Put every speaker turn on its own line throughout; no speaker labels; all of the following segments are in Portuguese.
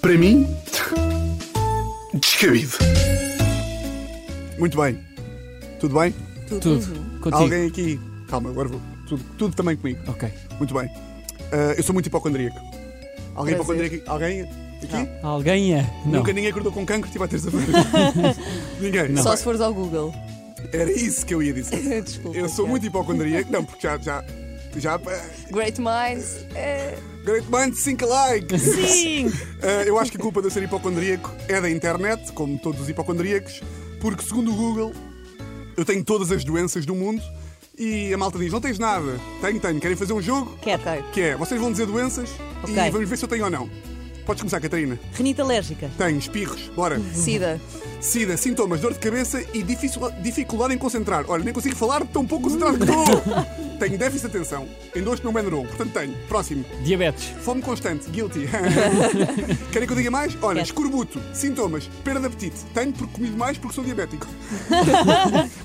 Para mim, descabido.
Muito bem. Tudo bem?
Tudo.
Uhum.
Contigo.
Alguém aqui. Calma, agora vou. Tudo, tudo também comigo.
Ok.
Muito bem. Ah, eu sou muito hipocondríaco. Alguém
Prazer.
hipocondríaco? Alguém aqui?
Alguém é? Não.
Nunca ninguém acordou com cancro, tipo à terça-feira. ninguém.
Só se fores ao Google.
Era isso que eu ia dizer.
Desculpa.
Eu sou
já.
muito hipocondríaco. Não, porque já. já já, eh,
Great Minds. É...
great minds think alike!
Sim!
Eh, eu acho que a culpa de eu ser hipocondríaco é da internet, como todos os hipocondríacos, porque segundo o Google, eu tenho todas as doenças do mundo e a malta diz: não tens nada. Tenho, tenho. Querem fazer um jogo?
Quer.
Ok.
Que é, vocês vão dizer doenças e
Ok.
vamos ver se eu tenho ou não. Podes começar, Catarina.
Renita alérgica.
Tenho espirros, bora.
Sida.
Sida, sintomas, dor de cabeça e dificu- dificuldade em concentrar. Olha, nem consigo falar de tão pouco concentrado que estou. tenho déficit de atenção. Ainda hoje não me enderou, portanto tenho. Próximo.
Diabetes.
Fome constante, guilty. Querem que eu diga mais? Olha, escorbuto, sintomas, perda de apetite. Tenho porque comi mais porque sou diabético.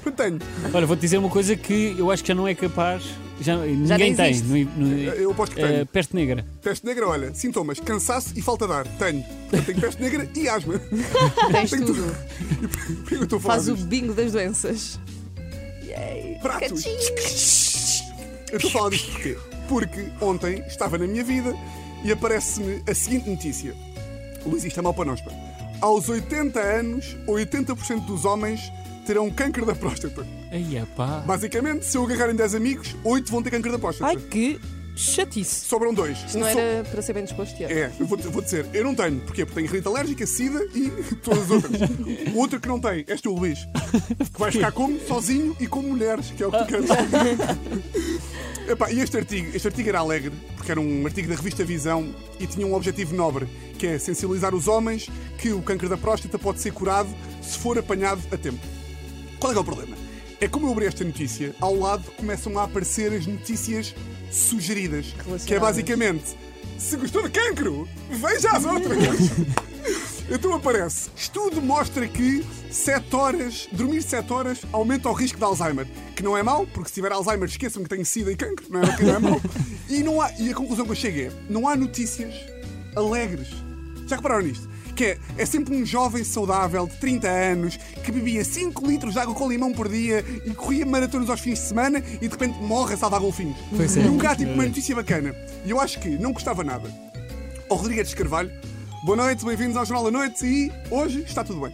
Portanto, tenho.
Olha, vou-te dizer uma coisa que eu acho que já não é capaz. Já, ninguém
nem
tem.
existe.
no- no-
Eu aposto que
eh,
tenho.
peste negra.
Peste negra, olha, sintomas, cansaço e falta de ar. Tenho. Portanto, tenho peste negra e asma.
Tens
Tenho
tudo.
Por que eu estou a falar
Faz o
disto?
bingo das doenças. Yay.
Pratos.
Cachim.
Eu estou a falar disto porquê? Porque ontem estava na minha vida e aparece-me a seguinte notícia. Luís, isto é mau para nós, pá. Aos 80 anos, 80% dos homens terão câncer da próstata.
Aí é pá.
Basicamente, se eu agarrar em 10 amigos, 8 vão ter câncer da próstata.
Ai que chatice.
Sobram 2.
Isto não era para ser bem disposto, Tiago.
É, eu vou, eu vou dizer, eu não tenho. Porquê? Porque tenho rinite alérgica, sida e todas as outras. O outro que não tem, és tu, Luís. Que vais ficar como? Sozinho e com mulheres, que é o que tu
Ah.
queres. Epá, e este artigo? Este artigo era alegre, porque era um artigo da revista Visão e tinha um objetivo nobre, que é sensibilizar os homens que o câncer da próstata pode ser curado se for apanhado a tempo. Qual é, que é o problema? É como eu abri esta notícia, ao lado começam a aparecer as notícias sugeridas. Que é basicamente: se gostou de cancro, veja as outras! então aparece: estudo mostra que 7 horas, dormir 7 horas aumenta o risco de Alzheimer. Que não é mau, porque se tiver Alzheimer esqueçam que tenho sida e cancro, não é, que não é mau. E, não há, e a conclusão que eu chego é: não há notícias alegres. Já repararam nisto? Que é, é sempre um jovem saudável de 30 anos que bebia 5 litros de água com limão por dia e corria maratonas aos fins de semana e de repente morre a salvar golfinhos.
Pois é.
Nunca há tipo uma notícia bacana. E eu acho que não gostava nada. Ao Rodrigues Carvalho, boa noite, bem-vindos ao Jornal da Noite e hoje está tudo bem.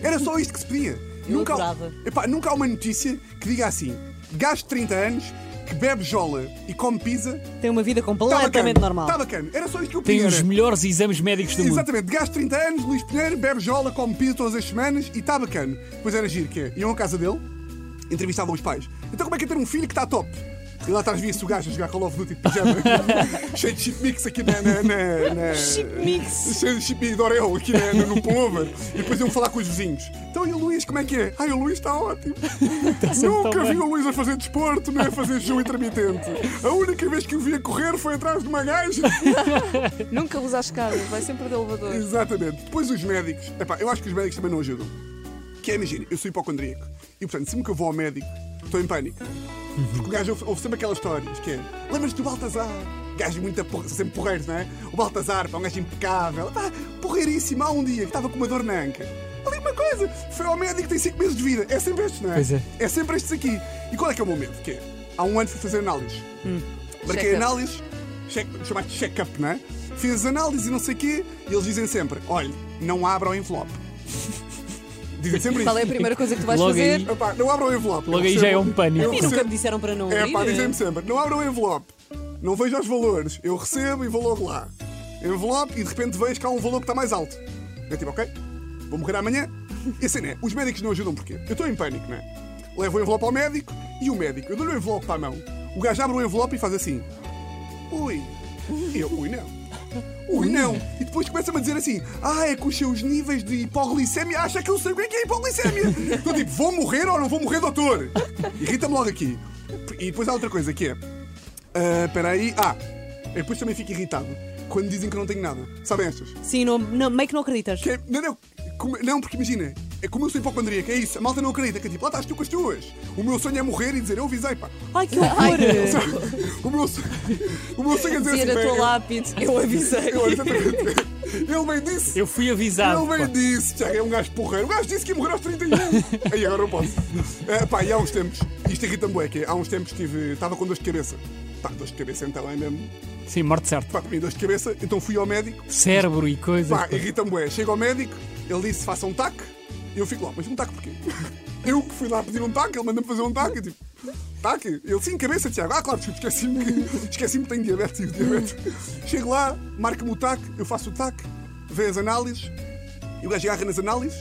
Era só isto que se pedia.
Eu
nunca, há,
adorava.
Epá, nunca há uma notícia que diga assim: gajo de 30 anos que bebe jola e come pizza.
Tem uma vida
Está bacana.
completamente normal.
Está bacana. Era só isto que eu
Tem
pedia.
os melhores exames médicos do mundo.
Exatamente, gasto 30 anos, Luís Pinheiro, bebe jola, come pizza todas as semanas e está bacana. Pois era giro, que é, iam à casa dele, entrevistavam os pais. Então como é que é ter um filho que está top? E lá atrás via-se o gajo a jogar Call of Duty de pijama, cheio de chip mix aqui na... na, na, na...
Chip mix.
Cheio de chip e Dorel aqui na, no, no pullover. E depois iam falar com os vizinhos. Então e o Luís, como é que é? Ai, o Luís está ótimo. Nunca
tão
vi
bem.
o Luís a fazer desporto, nem a fazer show intermitente. A única vez que o vi a correr foi atrás de uma gaja.
Nunca usa as escadas, vai sempre de elevador.
Exatamente. Depois os médicos. Epá, eu acho que os médicos também não ajudam. Que é, imagina, eu sou hipocondríaco e, portanto, sempre que eu vou ao médico, estou em pânico.
Uhum.
Porque o gajo ouve, ouve sempre aquelas histórias que é: lembras-te do Baltazar? Gajo é muito porra, são sempre porreiros, não é? O Baltazar, pá, um gajo impecável, pá, porreiríssimo. Há um dia que estava com uma dor na anca. Ali uma coisa, foi ao médico, tem 5 meses de vida. É sempre estes, não é?
Pois é.
É sempre estes aqui. E qual é que é o meu medo? Que é, há um ano fui fazer análises. Marquei
Check-up.
análises, check, chamaste check-up, não é? Fiz análise e não sei o quê, e eles dizem sempre: olha, não abra o envelope. Dizem sempre
Qual
isso.
é a primeira coisa que tu vais
Logo
fazer?
aí.
Epá, não abra o envelope.
Logo
Eu
aí já
percebo-
é um pânico.
eu
E
percebo-
nunca me disseram para não
é,
abrir.
pá, dizem-me sempre, não abram o envelope, não vejam os valores, eu recebo e vou logo lá. Envelope e de repente vejo que há um valor que está mais alto. Eu tipo, ok, vou morrer amanhã. E assim, né? Os médicos não ajudam porquê? Eu estou em pânico, né? Levo o envelope ao médico e o médico, eu dou-lhe o envelope para a mão. O gajo abre o envelope e faz assim, ui, E eu, ui não. Ui, não! E depois começa-me a dizer assim: Ah, é que os seus níveis de hipoglicemia acha que eu sei o que é que é hipoglicemia! Estou tipo, vou morrer ou não vou morrer, doutor? Irrita-me logo aqui. E depois há outra coisa que é. ah, Espera aí. Ah, eu depois também fico irritado quando dizem que não tenho nada. Sabem estas?
Sim, não, não, meio que não acreditas.
Que é- não, não, como- não, porque imagina, É como eu sou hipocondríaco, é isso. A malta não acredita que é tipo, lá estás tu com as tuas. O meu sonho é morrer e dizer, eu avisei, pá.
Ai, que horror!
O meu sonho, o meu sonho é dizer
Dizer
assim,
a tua
pá,
lápide, eu avisei.
eu- eu- exatamente. Ele bem disse.
Eu fui avisado.
Ele bem
pá.
disse, Tiago, é um gajo porreiro. O gajo disse que ia morrer aos 31. Aí agora não posso. Ah, pá, e há uns tempos, isto aqui também é que é, há uns tempos tive, estava com dor de cabeça. Pá, dor de cabeça então é mesmo.
Sim, morte certa.
Pá, para mim dor de cabeça, então fui ao médico.
Cérebro e coisas.
é.
Pá, irrita-me bué. Chego ao médico, ele disse faça um tac, eu fico lá, mas um tac porquê? Eu que fui lá pedir um tac, ele manda-me fazer um tac, eu tipo, tac? Ele sim, cabeça, Tiago. Ah, claro, desculpe, esqueci-me que, esqueci-me que tenho diabetes e o diabetes. Chego lá, marca-me o tac, eu faço o tac, vê as análises, e o gajo agarra nas análises,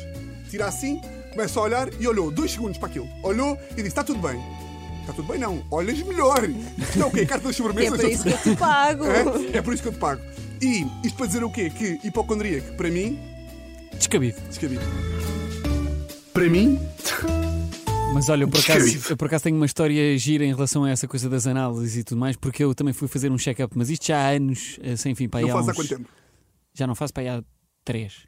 tira assim, começa a olhar e olhou dois segundos para aquilo. Olhou e disse, está tudo bem. Está tudo bem, não. Olhas melhor. Isto é o quê? Carta das
É
sobremesas?
para isso que eu te pago.
É? É por isso que eu te pago. E isto para dizer o quê? Que hipocondríaco, para mim, é
Descabido.
descabido. Para mim?
Mas olha, eu por, acaso,
Descabido.
eu por acaso tenho uma história gira em relação a essa coisa das análises e tudo mais, porque eu também fui fazer um check-up, mas isto já há anos, eh, sem fim, para aí
Não
há
fazes há
uns-
quanto tempo?
Já não faço para aí há três.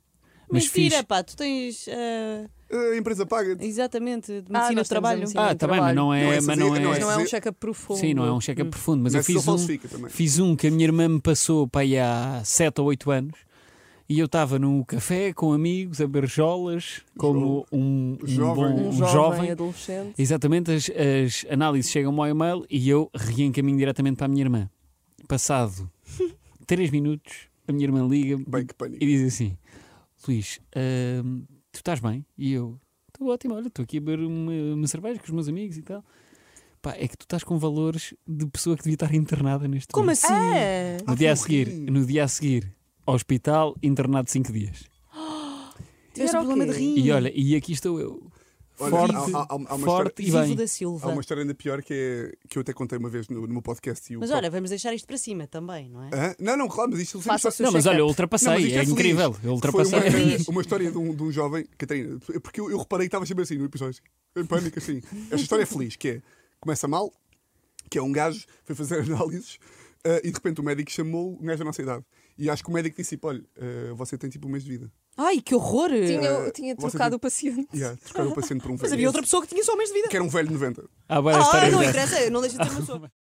Mas
Mentira,
fiz.
pá, tu tens ah,
A empresa paga.
exatamente de
Ah,
medicina
nós
do trabalho.
temos a medicina.
Ah,
um
tá bem, mas
trabalho.
não
Não
é.
é
mas
fazer-
não é,
não
Mas não é
Sim.
um check-up profundo.
Sim, não é um check-up profundo, mas
Não
eu
é só
fiz um,
falsifica também.
fiz um que a minha irmã me passou para aí há 7 ou 8 anos e eu estava num café com amigos a berjolas, como um, um
Jovem.
bom-
Um
um
jovem,
jovem.
adolescente.
Exatamente, as, as análises chegam ao e-mail e eu reencaminho diretamente para a minha irmã. Passado 3 minutos, a minha irmã liga-me
Bem, que
e
pânico.
diz assim: Luís, ahm, tu estás bem? E eu, estou ótimo, olha, estou aqui a beber uma, uma cerveja com os meus amigos e tal. Pá, é que tu estás com valores de pessoa que devia estar internada neste
Como
momento.
assim?
É.
No
Ah,
dia a
que
seguir,
horrível.
no dia a seguir, ao hospital, internado 5 dias.
Era
Tiveste um
o
problema de
quê?
rim.
E olha, e aqui estou eu.
Olha,
forte,
há- há- há- há uma
forte e
Vivo
bem.
da
Há
Silva.
uma história ainda pior que, é, que eu até contei uma vez no, no meu podcast. E o
Mas olha, vamos deixar isto para cima também, não é?
Hã? Não, não, claro, mas isto sempre
Faça o
só-
seu
Não, mas
check-up.
olha, eu
Não, mas
ultrapassei,
isto
é
feliz.
incrível. Eu
Foi
ultrapassei.
uma, uma história de um, de um jovem, Catarina, é porque eu, eu reparei que estava sempre assim no episódio, em pânico assim. Esta história é feliz, que é, começa mal, que é um gajo, foi fazer análises ah, e de repente o médico chamou um gajo da nossa idade. E acho que o médico disse tipo, olha, ah, você tem tipo um mês de vida.
Ai, que horror!
Tinha, tinha
Você
trocado
viu?
o paciente.
E ah, trocaram o paciente por um velho.
Mas havia outra pessoa que tinha só um mês de vida.
Que era um velho de 90.
Ah, boa,
Ah,
história
não
dessa.
interessa, não deixa de ser uma pessoa.